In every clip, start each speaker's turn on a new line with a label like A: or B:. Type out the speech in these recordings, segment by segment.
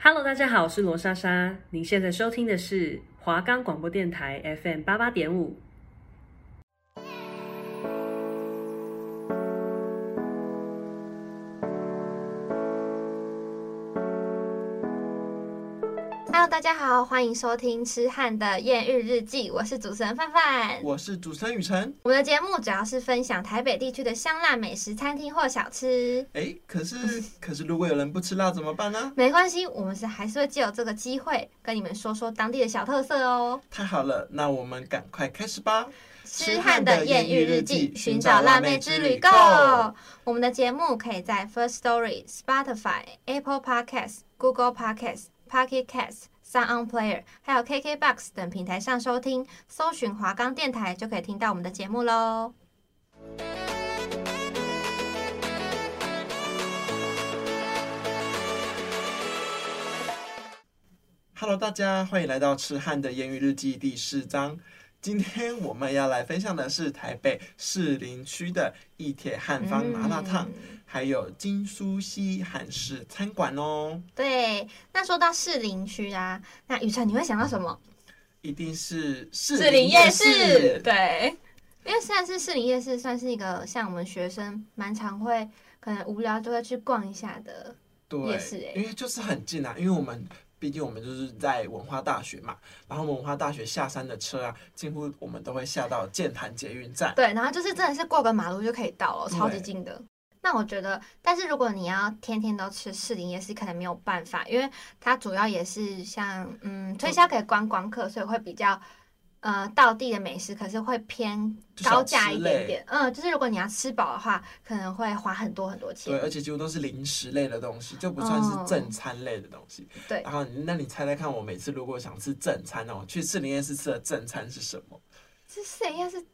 A: Hello，大家好，我是罗莎莎。您现在收听的是华冈广播电台 FM 八八点五。
B: Hello，大家好，欢迎收听《痴汉的艳遇日记》，我是主持人范范。
C: 我是主持人雨辰。
B: 我们的节目主要是分享台北地区的香辣美食餐厅或小吃。
C: 哎，可是可是，如果有人不吃辣怎么办呢？
B: 没关系，我们是还是会借由这个机会跟你们说说当地的小特色哦。
C: 太好了，那我们赶快开始吧。
B: 痴汉的艳遇日记，寻找辣妹之旅 Go！我们的节目可以在 First Story、Spotify、Apple Podcasts、Google Podcasts、Pocket Casts、Sound On Player，还有 KKBox 等平台上收听，搜寻华冈电台就可以听到我们的节目喽。
C: Hello，大家欢迎来到《痴汉的艳遇日记》第四章。今天我们要来分享的是台北士林区的一铁汉方麻辣烫，
B: 嗯
D: 嗯
C: 还有金苏西韩式餐馆哦，
B: 对，那说到士林区啊，那雨辰你会想到什么？
C: 一定是士
D: 士林夜市，
C: 对，
D: 对，
B: 因为虽然是士林夜市，算是一个像我们学生蛮常会，可能无聊就会去逛一下的。夜市哎
C: 因为就是很近啊，因为我们。毕竟我们就是在文化大学嘛，然后我们文化大学下山的车啊，几乎我们都会下到剑潭捷运站。
B: 对，然后就是真的是过个马路就可以到了，
C: 对
B: 超级近的。那我觉得，但是如果你要天天都吃士林夜市，可能没有办法，因为它主要也是像嗯推销给观光客，所以会比较呃道地的美食，可是会偏
C: 就
B: 高
C: 小
B: 价
C: 吃
B: 一点
C: 类
B: 点。嗯，就是如果你要吃饱的话，可能会花很多很多钱
C: 对，。而且几乎都是零食类的东西，就不算是正餐类的东西。
B: 哦对
C: 然后你那你猜猜看，我每次如果想吃正餐哦，去士林夜市吃的正餐是什么？
B: 这是应该是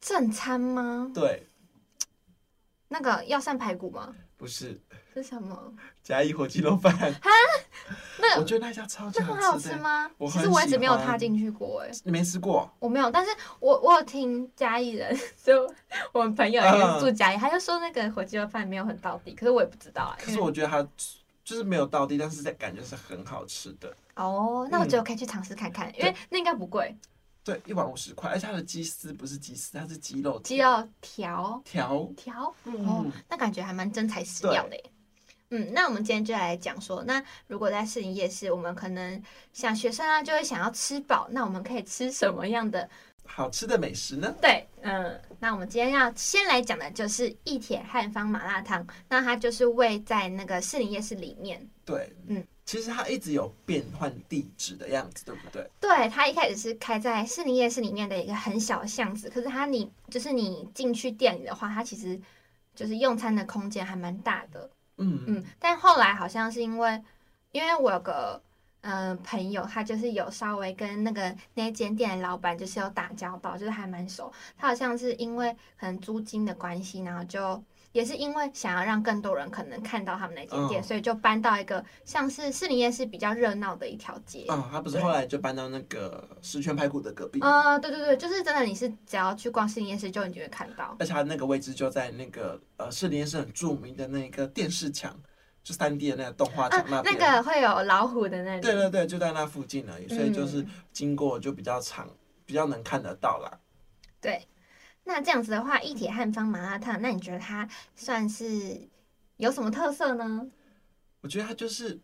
B: 正餐吗？
C: 对，
B: 那个药膳排骨吗？
C: 不是
B: 是什么？
C: 嘉义火鸡肉饭。
B: 那
C: 我
B: 个
C: 觉得那家超级
B: 那很好
C: 好吃
B: 吃
C: 的，
B: 吗？
C: 我
B: 其
C: 很
B: 实我一直
C: 喜
B: 没有
C: 欢
B: 踏进去过哎、
C: 你没吃过？
B: 我没有，但是我我有听嘉义人， 就我们朋友
C: 嗯
B: 也是住嘉义，他就说那个火鸡肉饭没有很到底，可是我也不知道啊。
C: 可是我觉得它就是没有到地，但是在感觉是很好吃的。
B: 哦，那我觉得我可以去尝试看看，因为那应该不贵，
C: 对，一碗五十块，而且它的鸡丝不是鸡丝，它是鸡肉
B: 鸡肉条
C: 条。
B: 条哦
C: 嗯，，
B: 那感觉还蛮真材实料的耶。嗯，那我们今天就来讲说，那如果在市营夜市，我们可能想学生啊，就会想要吃饱，那我们可以吃什么样的？
C: 好吃的美食呢？
B: 对，嗯，那我们今天要先来讲的就是一铁汉方麻辣烫，那它就是位在那个市营夜市里面。
C: 对，
B: 嗯，
C: 其实它一直有变换地址的样子，对不对？
B: 对，它一开始是开在市营夜市里面的一个很小的巷子，可是它你就是你进去店里的话，它其实就是用餐的空间还蛮大的。
C: 嗯
B: 嗯，但后来好像是因为，因为我有个嗯、呃朋友，他就是有稍微跟那个那间店的老板就是有打交道，就是还蛮熟。他好像是因为可能租金的关系，然后就也是因为想要让更多人可能看到他们那间店，
C: 嗯
B: 所以就搬到一个像是士林夜市比较热闹的一条街。
C: 啊，他不是后来就搬到那个十全排骨的隔壁，
B: 呃，对对对，就是真的，你是只要去逛士林夜市，就你就会看到。
C: 而且他那个位置就在那个呃士林夜市很著名的那个电视墙，就三 D 的那个动画
B: 啊
C: 墙，那
B: 那
C: 边。
B: 个会有老虎的那里。
C: 对对对，就在那附近而已，所以就是
B: 嗯
C: 经过就比较长，比较能看得到啦。
B: 对，那这样子的话，一铁汉方麻辣烫，那你觉得它算是有什么特色呢？
C: 我觉得它就是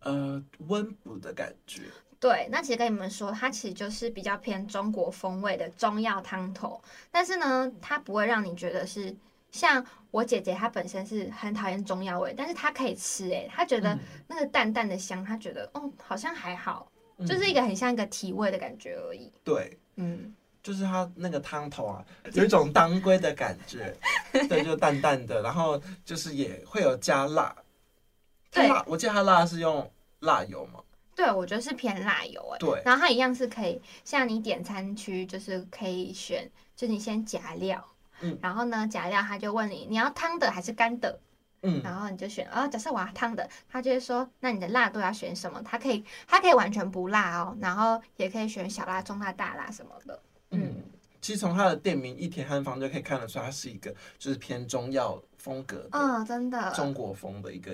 C: 呃温补的感觉，
B: 对，那其实跟你们说，它其实就是比较偏中国风味的中药汤头，但是呢，它不会让你觉得是像我姐姐，她本身是很讨厌中药味，但是她可以吃、欸，诶，她觉得那个淡淡的香，她觉得哦好像还好，
C: 嗯
B: 就是一个很像一个提味的感觉而已。
C: 对。
B: 嗯，
C: 就是它那个汤头啊，有一种当归的感 觉，对，就淡淡的，然后就是也会有加辣，它
B: 对
C: 辣，我记得它辣是用辣油嘛，
B: 对，我觉得是偏辣油、欸，
C: 对，
B: 然后它一样是可以，像你点餐区就是可以选，就是你先夹料，
C: 嗯
B: 然后呢夹料他就问你你要汤的还是干的，
C: 嗯，
B: 然后你就选，哦，假设我要汤的，他就会说那你的辣度要选什么，它可以它可以完全不辣哦，然后也可以选小辣、中辣、大辣什么的，嗯
C: 嗯，其实从它的店名“一田汉方”就可以看得出，它是一个就是偏中药风格的
B: 嗯，真的，
C: 中国风的一个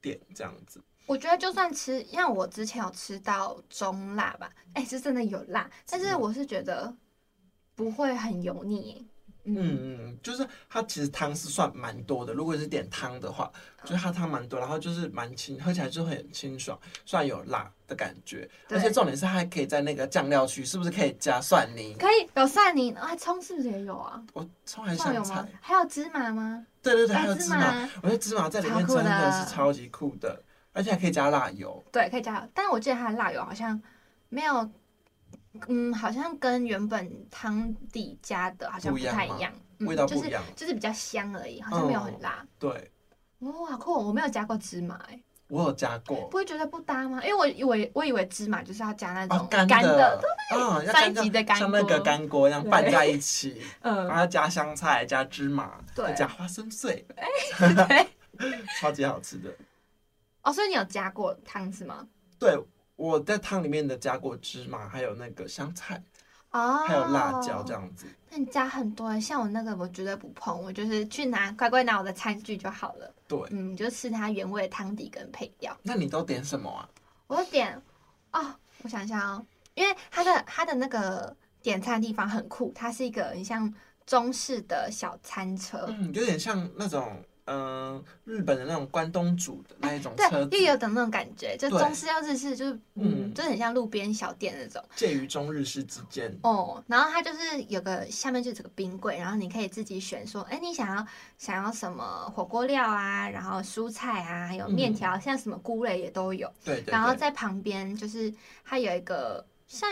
C: 店这样子。
B: 我觉得就算吃，像我之前有吃到中辣吧，哎、是真的有辣，但是我是觉得不会很油腻耶。嗯，
C: 嗯嗯，就是它其实汤是算蛮多的，如果是点汤的话，就是它汤蛮多，然后就是蛮清，喝起来就会很清爽，虽然有辣的感觉，
B: 对
C: 而且重点是它还可以在那个酱料区，是不是可以加蒜泥？
B: 可以有蒜泥啊，葱是不是也有啊？
C: 我超爱
B: 蒜有
C: 香
B: 吗
C: 菜，？
B: 还有芝麻吗？
C: 对对对，
B: 哎
C: 还有芝麻，我觉得芝麻在里面
B: 超酷
C: 真
B: 的
C: 的是超级酷的，而且还可以加辣油。
B: 对，可以加油。但我记得它的辣油好像没有，嗯，好像跟原本汤底加的好像
C: 不一样
B: 太
C: 吗
B: 一样，
C: 味道
B: 嗯、就
C: 不一
B: 是
C: 样。
B: 就是比较香而已，好像没有很辣。
C: 对，哦
B: 哇，好酷！我没有加过芝麻、欸，
C: 我有加过
B: 不。会觉得不搭吗？因为我以为我以为芝麻就是要加那
C: 啊
B: 种，
C: 干
B: 的，
C: 嗯，要
B: 三
C: 干
B: 级的干
C: 像那个
B: 锅
C: 干锅一样
B: 对
C: 拌 在一起，
B: 嗯、
C: 然后加香菜、加芝麻、
B: 对
C: 再加 花生碎，
B: 对。
C: 超级好吃的。
B: 哦，所以你有加过汤是吗？
C: 对，我在汤里面的加过芝麻，还有那个香菜，
B: 哦，
C: 还有辣椒这。样子。
B: 那你加很多欸，像我那个我绝对不碰，我就是去拿乖乖拿我的餐具就好了。
C: 对
B: 嗯，就吃它原味的汤底跟配料。
C: 那你都点什么啊？
B: 我有点哦，我想一下哦，因为它的它的那个点餐地方很酷，它是一个很像中式的小餐车，
C: 嗯，有点像那种嗯、日本的那种关东煮的那一种车子
B: 哎对，，又有点那种感觉，就
C: 对
B: 中式又日式，就是嗯，
C: 嗯
B: 就是很像路边小店那种。
C: 介于中日式之间。
B: 哦，然后它就是有个下面就是有个冰柜，然后你可以自己选说，哎，你想要想要什么火锅料啊，然后蔬菜啊，还有面条，像什么菇类也都有。
C: 对嗯对
B: 然后
C: 对，
B: 在旁边就是它有一个像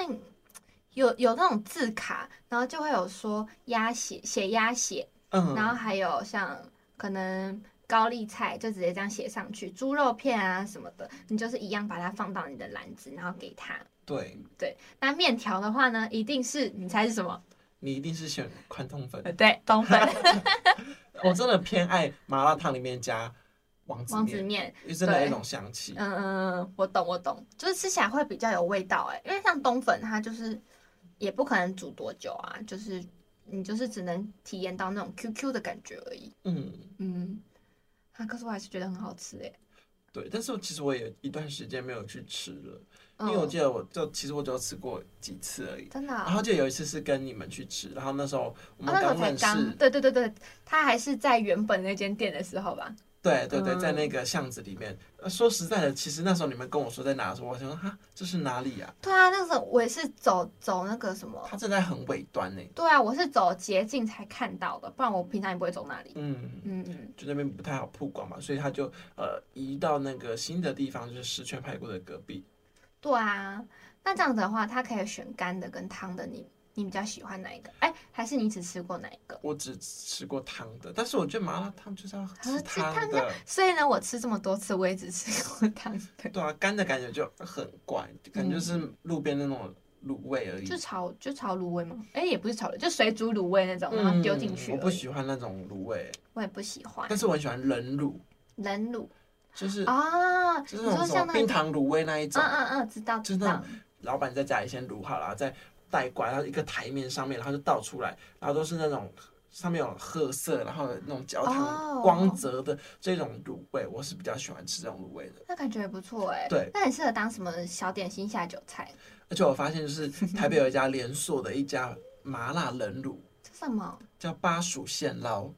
B: 有有那种字卡，然后就会有说鸭血写鸭血，
C: 嗯，
B: 然后还有像可能。高丽菜就直接这样写上去，猪肉片啊什么的，你就是一样把它放到你的篮子，然后给它。
C: 对
B: 那面条的话呢，一定是你猜是什么？
C: 你一定是选宽通粉。
B: 呃，对，冬粉 呃
C: 我真的偏爱麻辣烫里面加王子
B: 王子
C: 面，
B: 面，
C: 因为真的有
B: 对
C: 一种香气。
B: 嗯嗯，嗯，我懂我懂，就是吃起来会比较有味道哎、因为像冬粉它就是也不可能煮多久啊，就是你就是只能体验到那种 QQ 的感觉而已，
C: 嗯，
B: 嗯，啊，可是我还是觉得很好吃哎、
C: 对。但是其实我也有一段时间没有去吃了，因
B: 嗯，
C: 为我记得我就其实我只有吃过几次而已。
B: 真的啊、
C: 然后就有一次是跟你们去吃，然后那时候我们
B: 啊那时候
C: 刚
B: 才
C: 认识，
B: 刚，对对对对，它还是在原本那间店的时候吧，
C: 对对对，
B: 嗯
C: 在那个巷子里面。呃说实在的，其实那时候你们跟我说在哪的时候，我想说哈，这是哪里呀、
B: 对啊，那时候我也是走走那个什么，
C: 它正在很尾端呢、
B: 对啊，我是走捷径才看到的，不然我平常也不会走那里，
C: 嗯，
B: 嗯嗯。
C: 就那边不太好曝光嘛，所以他就呃移到那个新的地方，就是十全排骨的隔壁。
B: 对啊，那这样子的话，它可以选干的跟汤的，你你比较喜欢哪一个？哎、还是你只吃过哪一个？
C: 我只吃过汤的，但是我觉得麻辣烫就是要
B: 啊
C: 吃
B: 吃汤
C: 汤的，
B: 所以呢，我吃这么多次，我也只吃过汤的，
C: 对啊，干的感觉就很怪，感觉就是路边那种卤味而已。
B: 嗯就炒就炒卤味嘛，哎、也不是炒的，就水煮卤味那种，然后丢进去、
C: 嗯，我不，喜欢那种卤味，
B: 我也不喜欢
C: 但是我很喜欢人卤，
B: 冷卤
C: 就是、
B: 啊。你
C: 就是那
B: 说
C: 种什
B: 像
C: 么
B: 那
C: 冰
B: 个，
C: 糖卤味那一种，
B: 嗯嗯嗯，知道
C: 就
B: 知
C: 是那
B: 道
C: 种，老板在家里先卤好了，然后再带过来，然后一个台面上面，然后就倒出来，然后都是那种上面有褐色，然后有那种焦
B: 哦
C: 糖光泽的这种卤味，我是比较喜欢吃这种卤味的。
B: 那感觉也不错哎、
C: 对，
B: 那很适合当什么小点心下酒菜？
C: 而且我发现就是台北有一家连锁的一家麻辣冷卤，
B: 这什么？
C: 叫巴蜀现捞。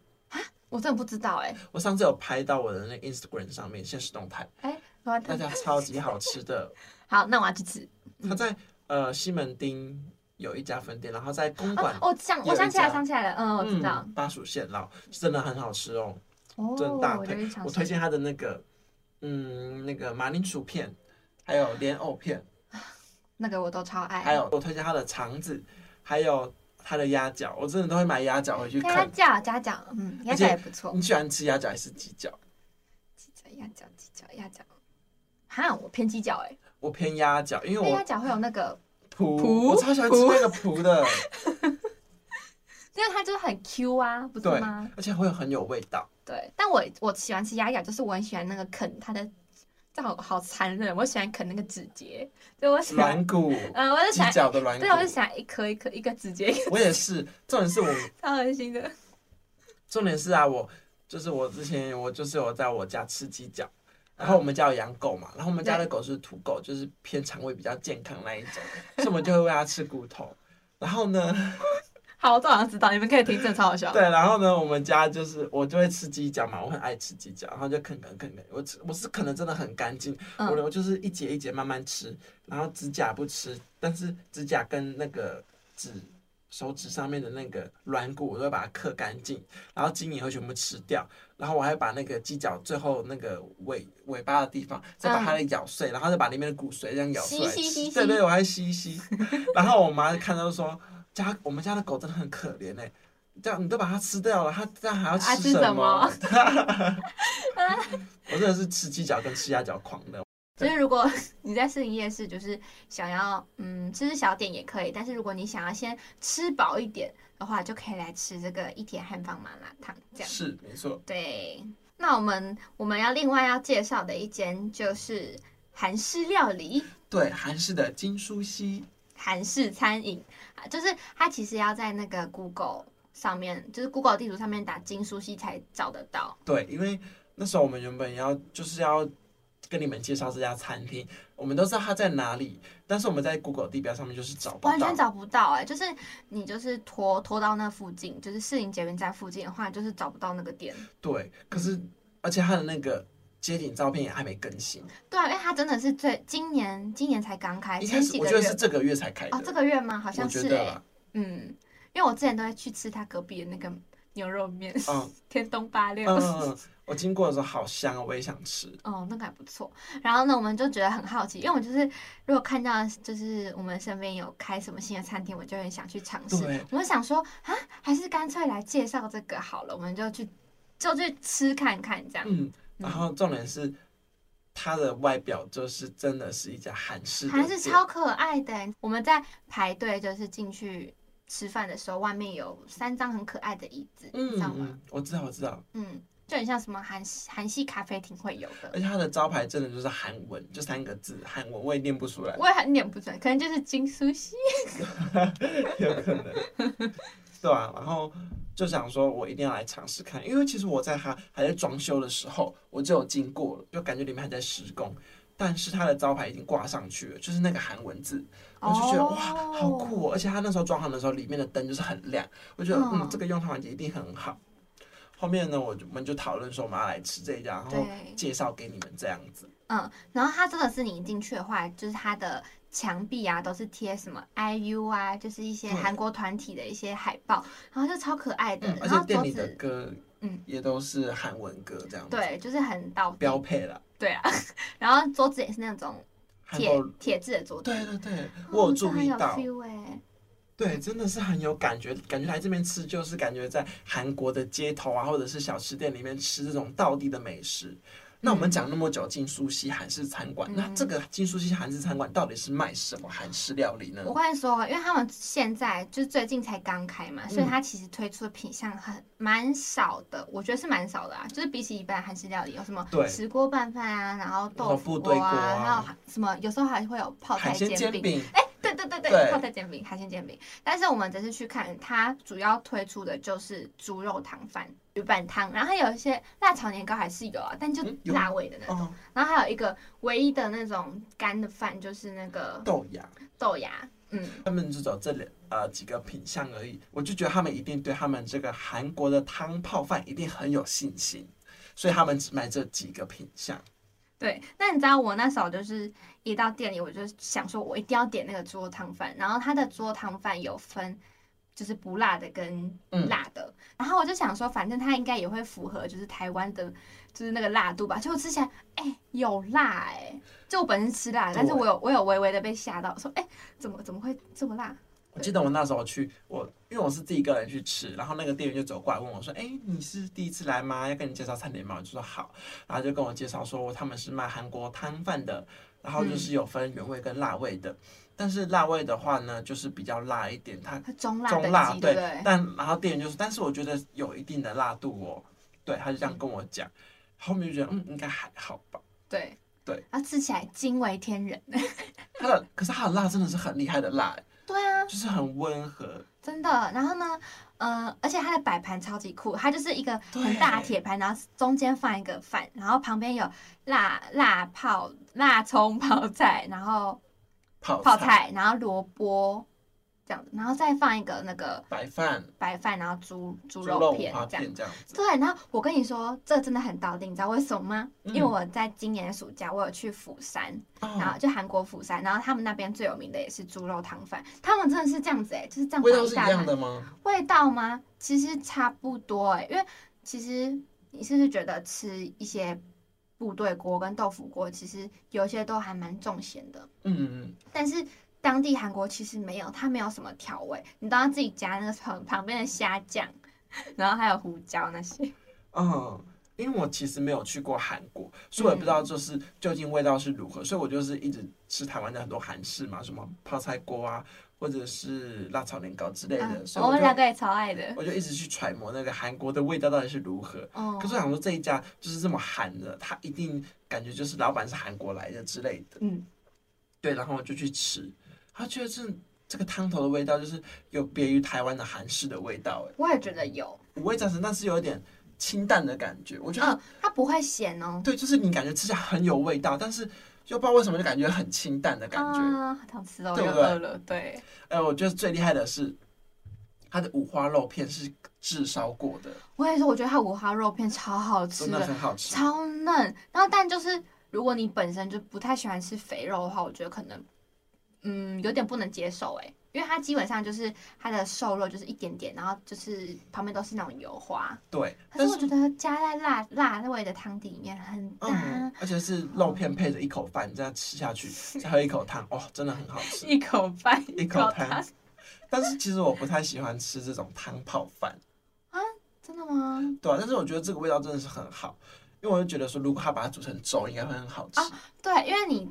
B: 我真的不知道哎、
C: 我上次有拍到我的那 Instagram 上面现实动态，
B: 我要
C: 那家超级好吃的。
B: 好，那我要去吃。
C: 它
B: 嗯
C: 在呃西门町有一家分店，然后在公馆
B: 啊，我想
C: 有
B: 我
C: 一
B: 想起来，
C: 家
B: 想起来了，嗯，我知道。
C: 嗯，巴蜀现捞是真的很好吃哦。
B: 哦，
C: 真大
B: 我
C: 推
B: 就去尝
C: 我
B: 试
C: 推荐他的那个，嗯，那个马铃薯片，还有莲藕片，
B: 那个我都超爱，
C: 还有我推荐他的肠子，还有他的鸭脚，我真的都会买鸭脚回去
B: 鸭
C: 啃。
B: 脚鸭脚，嗯，鸭
C: 而
B: 脚
C: 且
B: 也不错，
C: 你喜欢吃鸭脚还是鸡脚？
B: 鸡脚鸭脚鸡脚鸭脚，哈，我偏鸡脚哎，
C: 我偏鸭脚，因为
B: 因为
C: 我
B: 鸭脚会有那个，
C: 脯，
B: 脯
C: 我超喜欢吃那个脯的，
B: 因为它就是很 Q 啊，不是
C: 对
B: 吗？，
C: 而且会很有味 道。
B: 对，但我我喜欢吃鸭脚，就是我很喜欢那个啃它的，这好好残忍，我喜欢啃那个指节，就我喜欢，
C: 软骨，
B: 嗯， 我就喜
C: 鸡
B: 欢，
C: 脚的软骨
B: 对，，我就喜欢一颗一颗一个指节，一个
C: 我也是。重点是我，
B: 超恶心的，
C: 重点是啊，我就是我之前我就是有在我家吃鸡脚，然后我们家有养狗嘛，然后我们家的狗是土狗，就是偏肠胃比较健康那一种，所以我们就会喂它吃骨头。然后呢，
B: 好，我这好像知道，你们可以听，真的超好笑。
C: 对，然后呢，我们家就是我就会吃鸡脚嘛，我很爱吃鸡脚，然后就啃啃啃啃，我吃我是啃的真的很干净，
B: 嗯
C: 我我就是一节一节慢慢吃，然后指甲不吃，但是指甲跟那个指手指上面的那个软骨，我都会把它刻干净，然后筋也会全部吃掉，然后我还把那个鸡脚最后那个尾尾巴的地方再把它给咬碎，然后再把里面的骨髓这样咬出来
B: 嗯吸吸吸
C: 吃，
B: 吸
C: 对对，我还吸一吸， 然后我妈看到就说家我们家的狗真的很可怜哎、这样你都把它吃掉了，它这样还要
B: 啊吃
C: 吃
B: 什
C: 什
B: 么
C: 么？ 我真的是吃鸡脚跟吃鸭脚狂的，
B: 就是如果 你在市营夜市，就是想要嗯吃小点也可以，但是如果你想要先吃饱一点的话，就可以来吃这个一铁汉方麻辣烫这样。
C: 是没错。
B: 对，那我们我们要另外要介绍的一间就是韩式料理。
C: 对，韩式的金苏西，
B: 韩式餐饮，啊就是它其实要在那个 Google 上面，就是 Google 地图上面打金苏西才找得到。
C: 对，因为那时候我们原本要就是要跟你们介绍这家餐厅，我们都知道它在哪里，但是我们在 Google 地标上面就是找不
B: 完全
C: 到。
B: 找不到哎、就是你就是拖拖到那附近，就是市营捷运站附近的话，就是找不到那个店。
C: 对，可是而且它的那个街景照片也还没更新，
B: 对啊，因为它真的是最今年今年才刚开，
C: 一开
B: 前
C: 始
B: 几
C: 我
B: 个
C: 觉得
B: 月
C: 是这个月才开的，
B: 哦，这个月吗？好像
C: 我觉
B: 是
C: 得
B: 哎、
C: 啦，
B: 嗯，因为我之前都会去吃他隔壁的那个牛肉面，
C: 嗯
B: 天东八六。
C: 嗯嗯，嗯我经过的时候好香哦，我也想吃。
B: 哦，那个还不错。然后呢，我们就觉得很好奇，因为我就是如果看到就是我们身边有开什么新的餐厅，我就很想去尝试。
C: 对
B: 我们想说啊，还是干脆来介绍这个好了，我们就去就去吃看看这样。
C: 嗯，然后重点是它的外表就是真的是一家韩式的
B: 还是
C: 店
B: 超可爱的。欸我们在排队就是进去吃饭的时候，外面有三张很可爱的椅子，你
C: 嗯
B: 知道吗？
C: 嗯，我知道我知道，
B: 嗯，就很像什么韩系韩系咖啡厅会有的。
C: 而且它的招牌真的就是韩文，就三个字，韩文我也念不出来，
B: 我也很念不准，可能就是金苏西。
C: 有可能，对啊，然后就想说，我一定要来尝试看，因为其实我在它还在装修的时候，我就有经过了，就感觉里面还在施工，但是它的招牌已经挂上去了，就是那个韩文字，我就觉得、哇，好酷、哦！而且它那时候装潢的时候，里面的灯就是很亮，我觉得
B: 嗯
C: 嗯，这个用餐环节一定很好。后面呢，我就我们就讨论说我们要来吃这一家，然后
B: 对
C: 介绍给你们这样子。
B: 嗯，然后它真的是你一进去的话，就是它的墙壁啊都是贴什么 IU 啊，就是一些
C: 对
B: 韩国团体的一些海报，然后就超可爱的。
C: 嗯，
B: 然
C: 而且
B: 后
C: 店
B: 桌
C: 里的
B: 子
C: 歌，
B: 嗯，
C: 也都是韩文歌这样子，，
B: 对，就是很到地
C: 标配了。
B: 对啊， 然后桌子也是那种
C: 韩
B: 铁
C: 国，
B: 铁质的桌子。
C: 对对对，
B: 哦
C: 我有
B: 这
C: 注
B: 很
C: 意
B: 有
C: 到，嗯
B: feel 欸
C: 对，真的是很有感觉，感觉来这边吃就是感觉在韩国的街头啊，或者是小吃店里面吃这种道地的美食。那我们讲那么久金苏西韩式餐馆，那这个金苏西韩式餐馆到底是卖什么韩式料理呢
B: 我？跟你说，因为他们现在就是最近才刚开嘛，
C: 嗯
B: 所以它其实推出的品相很蛮少的，我觉得是蛮少的啊。就是比起一般韩式料理，有什么
C: 对
B: 石锅拌饭啊，然后
C: 什
B: 豆
C: 么
B: 腐
C: 部
B: 锅
C: 队锅
B: 啊，
C: 啊
B: 还有什么有时候还会有泡菜
C: 海鲜煎
B: 饼。
C: 饼，
B: 对对对对，
C: 对
B: 泡菜煎饼、海鲜煎饼。但是我们这次去看，它主要推出的就是猪肉汤饭、鱼板汤，然后还有一些辣炒年糕还是有啊，但就
C: 嗯有
B: 辣味的那种。
C: 哦，
B: 然后还有一个唯一的那种干的饭，就是那个
C: 豆芽，
B: 豆芽，嗯。
C: 他们就走这两呃几个品相而已，我就觉得他们一定对他们这个韩国的汤泡饭一定很有信心，所以他们只卖这几个品相。
B: 对，那你知道我那时候就是一到店里，我就想说，我一定要点那个猪肉汤饭。然后它的猪肉汤饭有分，就是不辣的跟
C: 嗯
B: 辣的。然后我就想说，反正它应该也会符合就是台湾的，就是那个辣度吧。结果吃起来，哎、有辣哎、就我本身吃辣的，但是
C: 对
B: 我有我有微微的被吓到，说，哎、怎么怎么会这么辣？
C: 我记得我那时候去，我因为我是自己一个人去吃，然后那个店员就走过来问我说：“哎、你是第一次来吗？要跟你介绍餐点吗？”我就说好，然后就跟我介绍说我他们是卖韩国汤饭的，然后
B: 嗯
C: 就是有分原味跟辣味的，但是辣味的话呢，就是比较辣一点，它
B: 它中辣
C: 中
B: 等
C: 辣
B: 级，
C: 对
B: 不对？
C: 但然后店员就说，但是我觉得有一定的辣度哦，对，他就
B: 嗯
C: 这样跟我讲，后面就觉得嗯应该还好吧。
B: 对
C: 对，
B: 然后吃起来惊为天人。
C: 它的可是它的辣真的是很厉害的辣，
B: 对啊，
C: 就是很温和，
B: 真的。然后呢，嗯、呃，而且它的摆盘超级酷，它就是一个很大的铁盘，然后中间放一个饭，然后旁边有辣辣泡辣葱泡菜，然后
C: 泡
B: 泡菜，然后萝卜这样子，然后再放一个那个
C: 白饭
B: 白饭，然后猪猪
C: 猪
B: 肉
C: 肉五
B: 片
C: 花
B: 这样。
C: 片这样子，
B: 对，然后我跟你说，这真的很到定，你知道为什么吗？因为
C: 嗯
B: 我在今年的暑假，我有去釜山，然
C: 哦
B: 后，就韩国釜山，然后他们那边最有名的也是猪肉汤饭，他们真的是这样子哎、就是这样
C: 味
B: 摆
C: 道
B: 一
C: 是一
B: 大
C: 样
B: 盘。
C: 的吗？
B: 味道吗？其实差不多哎、因为其实你是不是觉得吃一些部队锅跟豆腐锅，其实有些都还蛮重咸的，
C: 嗯，
B: 但是。当地韩国其实没有，它没有什么调味，你都要自己加那个旁旁边的虾酱， 然后还有胡椒那些。
C: 嗯，因为我其实没有去过韩国，所以我也不
B: 嗯
C: 知道就是究竟味道是如何，所以我就是一直吃台湾的很多韩式嘛，什么泡菜锅啊，或者是辣炒年糕之类的，
B: 啊
C: 所以
B: 我
C: 我
B: 们
C: 就
B: 两个也超爱的。
C: 我就一直去揣摩那个韩国的味道到底是如何。
B: 哦
C: 可是我想说这一家就是这么韩的，他一定感觉就是老板是韩国来的之类的。
B: 嗯，
C: 对，然后我就去吃，他觉得这这个汤头的味道就是有别于台湾的韩式的味道，
B: 我也觉得有，
C: 哎，五味杂陈，但是有一点清淡的感觉。我觉得它、啊
B: 嗯，它不会咸哦。
C: 对，就是你感觉吃起来很有味道，但是又不知道为什么就感觉很清淡的感觉。
B: 啊，好想吃哦，
C: 对
B: 又
C: 不对
B: 饿了。对，
C: 哎、我觉得最厉害的是它的五花肉片是炙烧过的，
B: 我也是，我觉得它五花肉片超好吃
C: 真的
B: 的，
C: 很好吃。
B: 超嫩。然后但就是，如果你本身就不太喜欢吃肥肉的话，我觉得可能，嗯，有点不能接受哎、因为它基本上就是它的瘦肉就是一点点，然后就是旁边都是那种油花。
C: 对，
B: 可
C: 但
B: 是
C: 是
B: 我觉得加在辣辣味的汤底里面很搭，
C: 嗯，而且是肉片配着一口饭这样吃下去，再喝一口汤，哇、真的很好吃。
B: 一口饭
C: 一口汤， 但是其实我不太喜欢吃这种汤泡饭，
B: 真的吗？
C: 对啊吧、但是我觉得这个味道真的是很好，因为我就觉得说，如果它把它煮成粥，应该会很好吃。
B: 哦对，因为你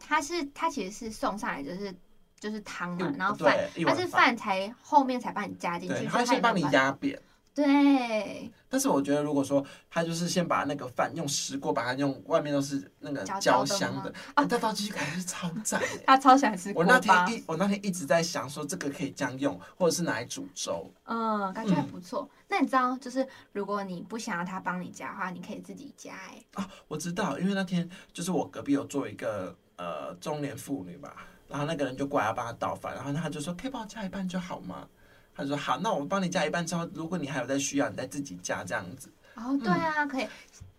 B: 它是它其实是送上来就是就是汤嘛，
C: 嗯
B: 然后饭，
C: 对，一
B: 它
C: 碗
B: 是，饭才后面才帮你加进去，
C: 对，
B: 所以
C: 它
B: 它
C: 先
B: 也
C: 帮
B: 没
C: 你
B: 有办法。
C: 压扁。
B: 对，
C: 但是我觉得，如果说他就是先把那个饭用石锅把它用外面都是那个
B: 焦焦
C: 焦
B: 的
C: 香
B: 吗
C: 的，啊，那道进去感觉是超 赞的
B: 他超喜欢吃
C: 我
B: 锅
C: 那
B: 巴
C: 天，一我那天一直在想说，这个可以这样用，或者是拿来煮粥。
B: 嗯，感觉还不错。那你知道，就是如果你不想要他帮你加的话，你可以自己加、欸。
C: 啊，我知道，因为那天就是我隔壁有做一个呃中年妇女吧，然后那个人就过来要帮她倒饭，然后她就说可以帮我加一半就好吗？她说好，那我帮你加一半之后，如果你还有在需要，你再自己加这样子。
B: 哦，对啊，可以，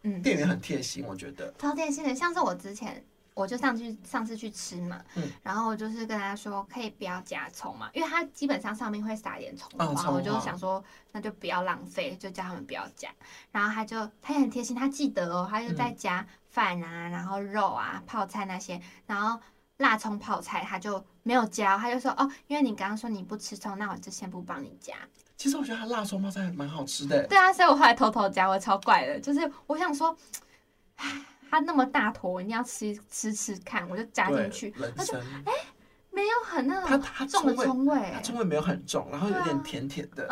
B: 嗯，
C: 店员很贴心，我觉得，
B: 超贴心的。像是我之前，我就上去上次去吃嘛，
C: 嗯
B: 然后我就是跟他说可以不要加葱嘛，因为它基本上上面会撒点葱花，
C: 嗯葱
B: 我就
C: 花
B: 想说那就不要浪费，就叫他们不要加。然后他就他也很贴心，他记得哦，
C: 嗯
B: 他就在加饭啊，然后肉啊、泡菜那些，然后。辣葱泡菜他就没有加哦，他就说哦，因为你刚刚说你不吃葱，那我就先不帮你加。
C: 其实我觉得她辣葱泡菜蛮好吃的。
B: 对啊，所以我后来偷偷加，我超怪的，就是我想说，它那么大坨，我一定要吃吃吃看，我就加进
C: 对
B: 去，，
C: 人
B: 她就
C: 参，
B: 没有很那
C: 它
B: 种
C: 它
B: 重
C: 葱
B: 的
C: 味，
B: 葱味，
C: 它葱味没有很重，然后有点甜甜的，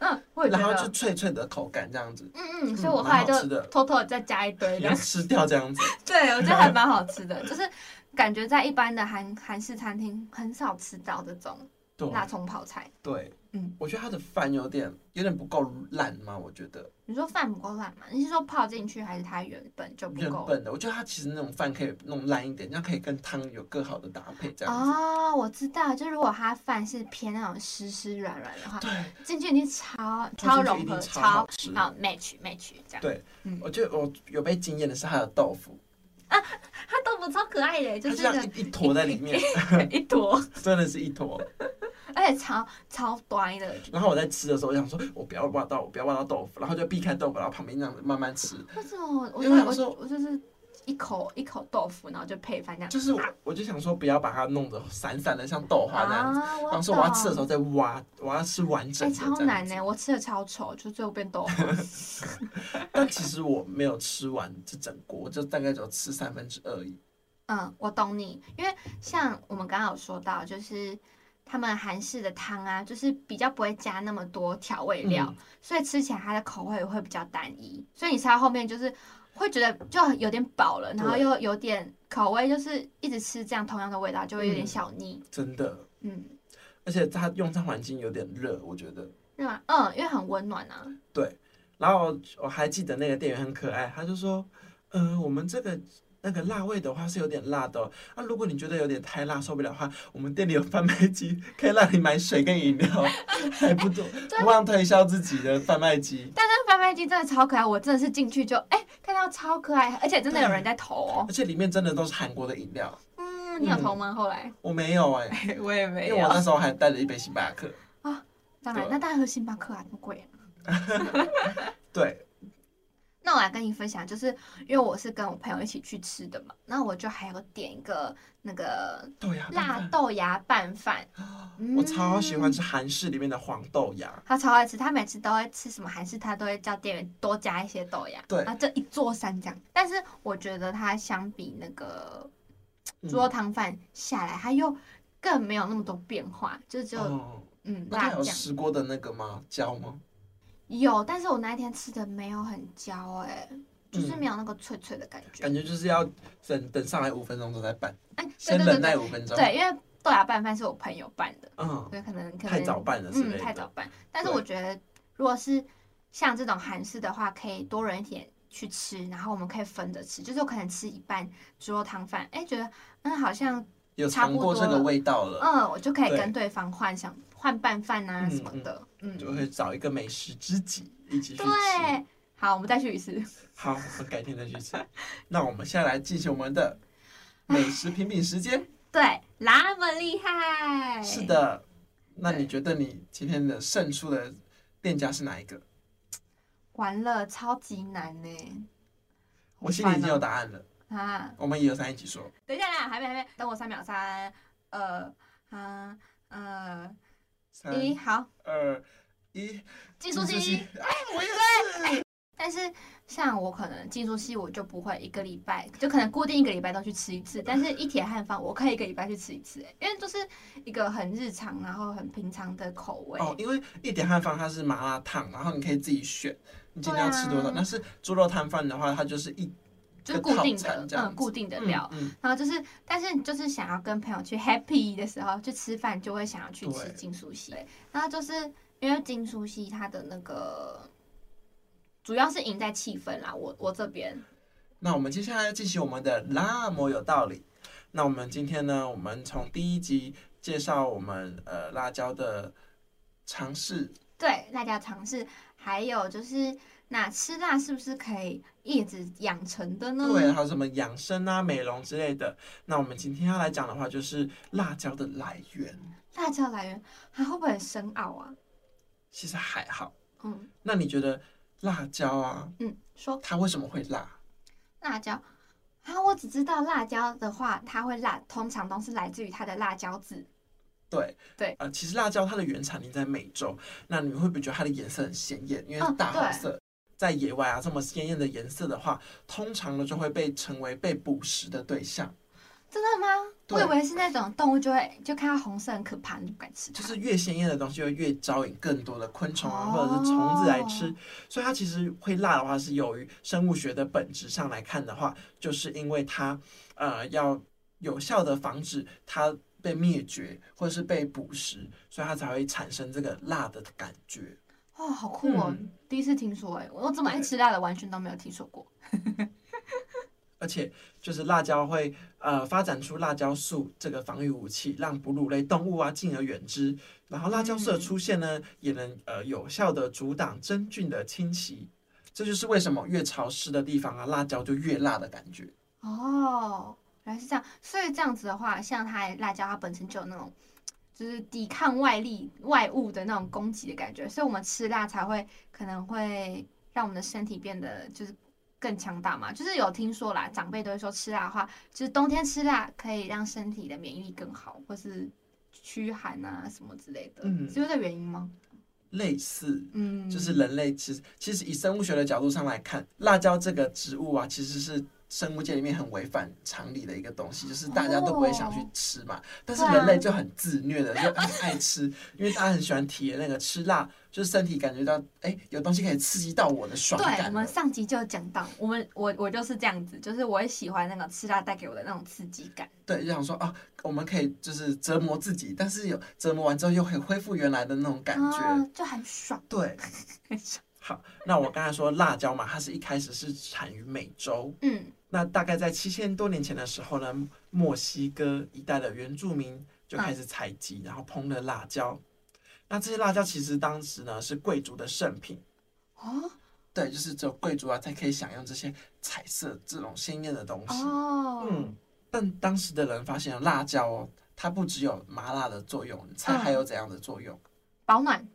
B: 嗯，我也觉
C: 然后就
B: 得，
C: 脆脆的口感这样子，
B: 嗯嗯，所以
C: 嗯
B: 我后
C: 蛮
B: 来就
C: 好吃的
B: 偷偷地再加一堆
C: 你
B: 这
C: 要
B: 样，
C: 吃掉 这样子。
B: 对我觉得还蛮好吃的，就是感觉在一般的韩韩式餐厅很少吃到这种
C: 对
B: 辣葱泡菜。
C: 对，
B: 嗯
C: 我觉得它的饭有点有点不够烂嘛，我觉得。
B: 你说饭不够烂吗？你是说泡进去，还是它原本就不
C: 原
B: 够？
C: 本的，我觉得它其实那种饭可以弄烂一点，这样可以跟汤有更好的搭配，这样子。
B: 哦，我知道，就如果它饭是偏那种湿湿软软的话，
C: 对，
B: 进去已经超
C: 它
B: 超
C: 进去
B: 融
C: 一
B: 合，
C: 定超
B: 超
C: 好吃。
B: 好 match match 这样。
C: 对我觉得我有被惊艳的是它的豆腐，
B: 它豆腐超可爱的，
C: 它
B: 就是
C: 这
B: 那
C: 样一一坨在里面，
B: 个一坨，
C: 真的是一坨。
B: 而且超超短的，
C: 然后我在吃的时候，我想说，我不要挖到，我不要挖到豆腐，然后就避开豆腐，然后旁边这样子慢慢吃。
B: 为什么我
C: 因为
B: 我
C: 我说
B: 我我就是一口一口豆腐，然后就配饭这样。啊
C: 就是我我就想说，不要把它弄得散散的，像豆花那样子。
B: 啊，
C: 然
B: 我
C: 后说我要吃的时
B: 懂。
C: 候再挖，我要吃完
B: 哎、
C: 整的
B: 超
C: 这样
B: 难
C: 子。
B: 呢！我吃的超丑，就最后变豆腐。欸
C: 但其实我没有吃完这整锅，我就大概只有吃三分之二而已。
B: 嗯，我懂你，因为像我们刚刚有说到，就是他们韩式的汤啊，就是比较不会加那么多调味料，
C: 嗯
B: 所以吃起来它的口味会比较单一，所以你吃到后面就是会觉得就有点饱了，然后
C: 对
B: 又有点口味，就是一直吃这样同样的味道，就会有点
C: 嗯
B: 小腻。
C: 真的。
B: 嗯，
C: 而且它用餐环境有点热，我觉得
B: 对吧？嗯，因为很温暖啊。
C: 对，然后我还记得那个店员很可爱，他就说，呃，我们这个那个辣味的话是有点辣的、哦，啊，如果你觉得有点太辣受不了的话，我们店里有贩卖机， 可以让你买水跟饮料， 还不错，不忘推销自己的贩卖机。
B: 但那个贩卖机真的超可爱，我真的是进去就哎、看到超可爱，而且真的有人在投哦。
C: 而且里面真的都是韩国的饮料，
B: 嗯，你有投吗？后来
C: 我没有哎、
B: 我也没
C: 因 为我那时候还带了一杯星巴克。
B: 当然，
C: 对
B: 那当然喝星巴克啊，那么贵啊、
C: 对，
B: 那我来跟你分享，就是因为我是跟我朋友一起去吃的嘛，那我就还有点一个那个
C: 豆芽拌
B: 辣
C: 饭
B: 豆芽拌 饭，
C: 我超喜欢
B: 嗯
C: 吃韩式里面的黄豆芽，
B: 他超爱吃，他每次都会吃什么韩式，他都会叫店员多加一些豆芽，
C: 对
B: 然后就一桌三这样。但是我觉得它相比那个
C: 嗯
B: 猪肉汤饭下来，它又更没有那么多变化，就只有、
C: 哦，
B: 嗯
C: 那
B: 辣
C: 它有
B: 酱
C: 石锅的那个吗？椒吗？
B: 有，但是我那一天吃的没有很焦、哎，就是没有那个脆脆的感觉。
C: 嗯感觉就是要等等上来五分钟之后再拌，
B: 哎、对
C: 先
B: 对对
C: 忍
B: 对
C: 耐五分钟。
B: 对，因为豆芽拌饭是我朋友拌的，
C: 嗯，
B: 所以可能可能
C: 太早拌了之
B: 嗯
C: 类
B: 太
C: 的
B: 早。拌。但是我觉得如果是像这种韩式的话，可以多人一点去吃，然后我们可以分着吃，就是我可能吃一半猪肉汤饭，哎，觉得嗯好像
C: 有
B: 差
C: 尝
B: 不
C: 过
B: 多
C: 这个
B: 了
C: 味道了，
B: 嗯我就可以
C: 呃对
B: 跟对方换想换拌饭啊
C: 嗯
B: 什么的，嗯，
C: 就会找一个美食知己一起去吃。
B: 对。好，我们再去一次。
C: 好，我们改天再去吃。那我们现在来进行我们的美食评比时 间。
B: 对，那么厉害。
C: 是，的，那
B: 对
C: 你觉得你今天的胜出的店家是哪一个？
B: 完了，超级难呢。
C: 我心里已经有
B: 好
C: 答案了，
B: 烦哦啊。
C: 我们一二三一起说。
B: 等一下啦，还没还没，等我三秒，三，呃，啊，呃，
C: 三
B: 一，好，
C: 二一，
B: 技术
C: 嗯计数
B: 系。
C: 器啊，我也是。
B: 但是像我可能技术系，我就不会一个礼拜，就可能固定一个礼拜都去吃一次。但是一铁汉方，我可以一个礼拜去吃一次、欸因为就是一个很日常，然后很平常的口味。
C: 哦，因为一点汉方它是麻辣烫，然后你可以自己选你今天要吃多少。
B: 对啊
C: 但是猪肉摊贩的话，它就是一
B: 就是固定
C: 套
B: 的
C: 餐，这样
B: 嗯，
C: 子
B: 固定的料。，
C: 嗯，嗯
B: 然后就是，但是就是想要跟朋友去 happy 的时候，去吃饭就会想要去吃
C: 对
B: 金苏西。然后就是因为金苏西它的那个主要是赢在气氛啦，我我这边
C: 那我们接下来进行我们的那么有道理。那我们今天呢，我们从第一集介绍我们呃辣椒的尝试，
B: 对大家尝试，还有就是那吃辣是不是可以一直养成的呢？
C: 对，还有什么养生啊、美容之类的。那我们今天要来讲的话，就是辣椒的来源，
B: 辣椒来源它会不会很深奥啊？
C: 其实还好。
B: 嗯
C: 那你觉得辣椒啊，
B: 嗯，说
C: 它为什么会辣？
B: 辣椒。啊，我只知道辣椒的话，它会辣，通常都是来自于它的辣椒籽。
C: 对
B: 对
C: 呃，其实辣椒它的原产地在美洲，那你会不会觉得它的颜色很鲜艳？因为
B: 哦
C: 是大红
B: 对
C: 色，在野外啊这么鲜艳的颜色的话，通常呢就会被成为被捕食的对象，
B: 真的吗？我
C: 对
B: 以为是那种动物就会就看到红色很可怕，你就不敢吃它。
C: 就是越鲜艳的东西会越招引更多的昆虫啊、
B: 哦
C: 或者是虫子来吃，所以它其实会辣的话，是由于生物学的本质上来看的话，就是因为它呃要有效的防止它被灭绝或者是被捕食，所以它才会产生这个辣的感觉。
B: 哦，好酷哦！
C: 嗯
B: 第一次听说哎，我这么爱吃辣的完全都没有听说过。
C: 而且就是辣椒会呃发展出辣椒素这个防御武器，让哺乳类动物啊敬而远之。然后辣椒素的出现呢，也能呃有效的阻挡真菌的侵袭。这就是为什么越潮湿的地方啊，辣椒就越辣的感觉。
B: 哦，原来是这样。所以这样子的话，像它辣椒，它本身就有那种就是抵抗外力、外物的那种攻击的感觉，所以我们吃辣才会可能会让我们的身体变得就是。更强大嘛，就是有听说啦，长辈都会说吃辣的话，就是冬天吃辣可以让身体的免疫力更好，或是驱寒啊什么之类的，
C: 嗯
B: 是因为这个原因吗？
C: 类似
B: 嗯，
C: 就是人类其实其实以生物学的角度上来看，辣椒这个植物啊，其实是生物界里面很违反常理的一个东西，就是大家都不会想
B: 哦
C: 去吃嘛。但是
B: 啊
C: 人类就很自虐的，就很爱吃，因为大家很喜欢体验那个吃辣，就是身体感觉到哎、有东西可以刺激到我的爽
B: 对，我
C: 感
B: 们
C: 了。
B: 上集就讲到，我们我我就是这样子，就是我也喜欢那个吃辣带给我的那种刺激感。
C: 对，就想说啊，我们可以就是折磨自己，但是有折磨完之后又可以恢复原来的那种感觉。
B: 啊、就很爽，
C: 对，
B: 很爽。
C: 好，那我刚才说辣椒嘛，它是一开始是产于美洲，
B: 嗯，
C: 那大概在七千多年前的时候呢，墨西哥一带的原住民就开始采集，然后烹了辣椒。那这些辣椒其实当时呢是贵族的圣品，
B: 哦
C: 对，就是只有贵族啊才可以享用这些彩色这种鲜艳的东西。
B: 哦，
C: 嗯，但当时的人发现辣椒哦，它不只有麻辣的作用，你猜
B: 嗯
C: 还有怎样的作用？
B: 保暖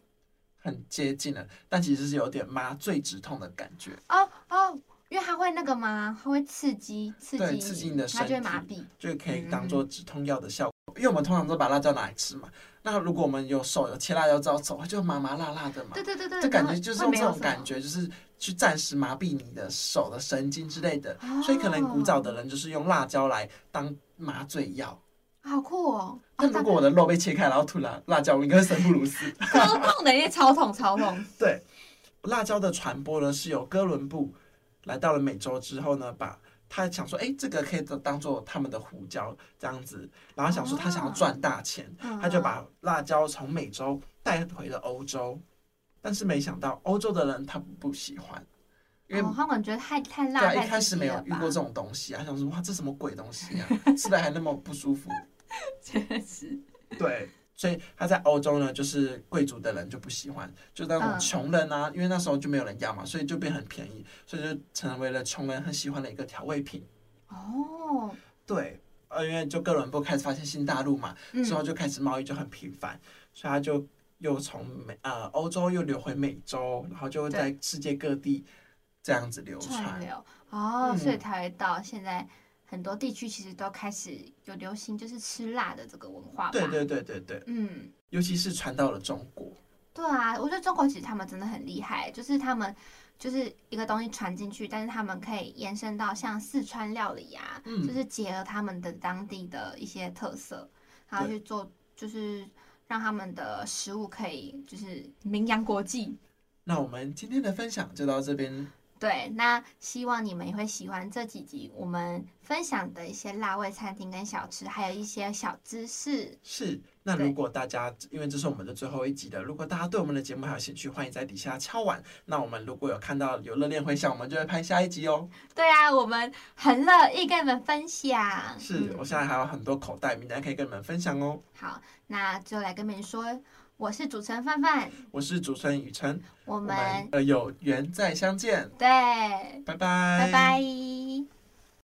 C: 很接近了，但其实是有点麻醉止痛的感觉。
B: 哦哦，因为它会那个嘛，它会刺激刺激
C: 对
B: 你，
C: 刺激你的
B: 它就会
C: 身体
B: 麻痹。
C: 就可
B: 嗯
C: 以当做止痛药的效果。因为我们通常都把辣椒拿来吃嘛，那如果我们有手有切辣椒之后，手会就麻麻辣辣的嘛
B: 对，对对对，
C: 就感
B: 然
C: 觉
B: 后
C: 就是
B: 会
C: 用
B: 没
C: 这
B: 有
C: 种
B: 什
C: 感
B: 么，
C: 觉，就是去暂时麻痹你的手的神经之类的。
B: 哦
C: 所以可能古早的人就是用辣椒来当麻醉药。
B: 好酷哦。
C: 那
B: 哦
C: 如果我的肉被切开，然后吐辣辣椒，我应该会生不如死。
B: 超痛的，因为超痛超痛。
C: 对，辣椒的传播呢是由哥伦布来到了美洲之后呢，把他想说，哎、这个可以当做他们的胡椒这样子，然后想说他想要赚大钱，
B: 哦
C: 他就把辣椒从美洲带回了欧洲，但是没想到欧洲的人他不喜欢，因为
B: 哦，他们觉得太太
C: 对
B: 辣，
C: 啊，
B: 太
C: 一开始
B: 刺激
C: 没有
B: 了
C: 遇
B: 吧
C: 过这种东西啊，想说哇，这什么鬼 东西啊，吃的还那么不舒服。
B: 确实，
C: 对，所以他在欧洲呢，就是贵族的人就不喜欢，就那种
B: 嗯
C: 穷人啊，因为那时候就没有人要嘛，所以就变很便宜，所以就成为了穷人很喜欢的一个调味品。
B: 哦，
C: 对，呃，因为就哥伦布开始发现新大陆嘛，
B: 嗯
C: 之后就开始贸易就很频繁，所以他就又从美呃欧洲又流回美洲，然后就在世界各地这样子流
B: 串
C: 传。
B: 流哦，
C: 嗯
B: 所以才会到现在很多地区其实都开始有流行，就是吃辣的这个文化吧。
C: 对对对对对，
B: 嗯，
C: 尤其是传到了中国，
B: 对啊，我觉得中国其实他们真的很厉害，就是他们就是一个东西传进去，但是他们可以延伸到像四川料理啊，
C: 嗯
B: 就是结合他们的当地的一些特色，然后
C: 对
B: 去做，就是让他们的食物可以就是名扬国际。
C: 那我们今天的分享就到这边
B: 对，那希望你们也会喜欢这几集我们分享的一些辣味餐厅跟小吃，还有一些小知识。
C: 是，那
B: 对
C: 如果大家因为这是我们的最后一集了，如果大家对我们的节目还有兴趣，欢迎在底下敲碗。那我们如果有看到有热恋回响，我们就会拍下一集哦。
B: 对啊，我们很乐意跟你们分享。
C: 是
B: 嗯
C: 我现在还有很多口袋名单可以跟你们分享哦。
B: 好，那就来跟你们说，我是主持人范范，
C: 我是主持人雨辰，
B: 我
C: 我
B: 们
C: 呃有缘再相见，
B: 对，
C: 拜拜，
B: 拜
C: 拜
B: 拜。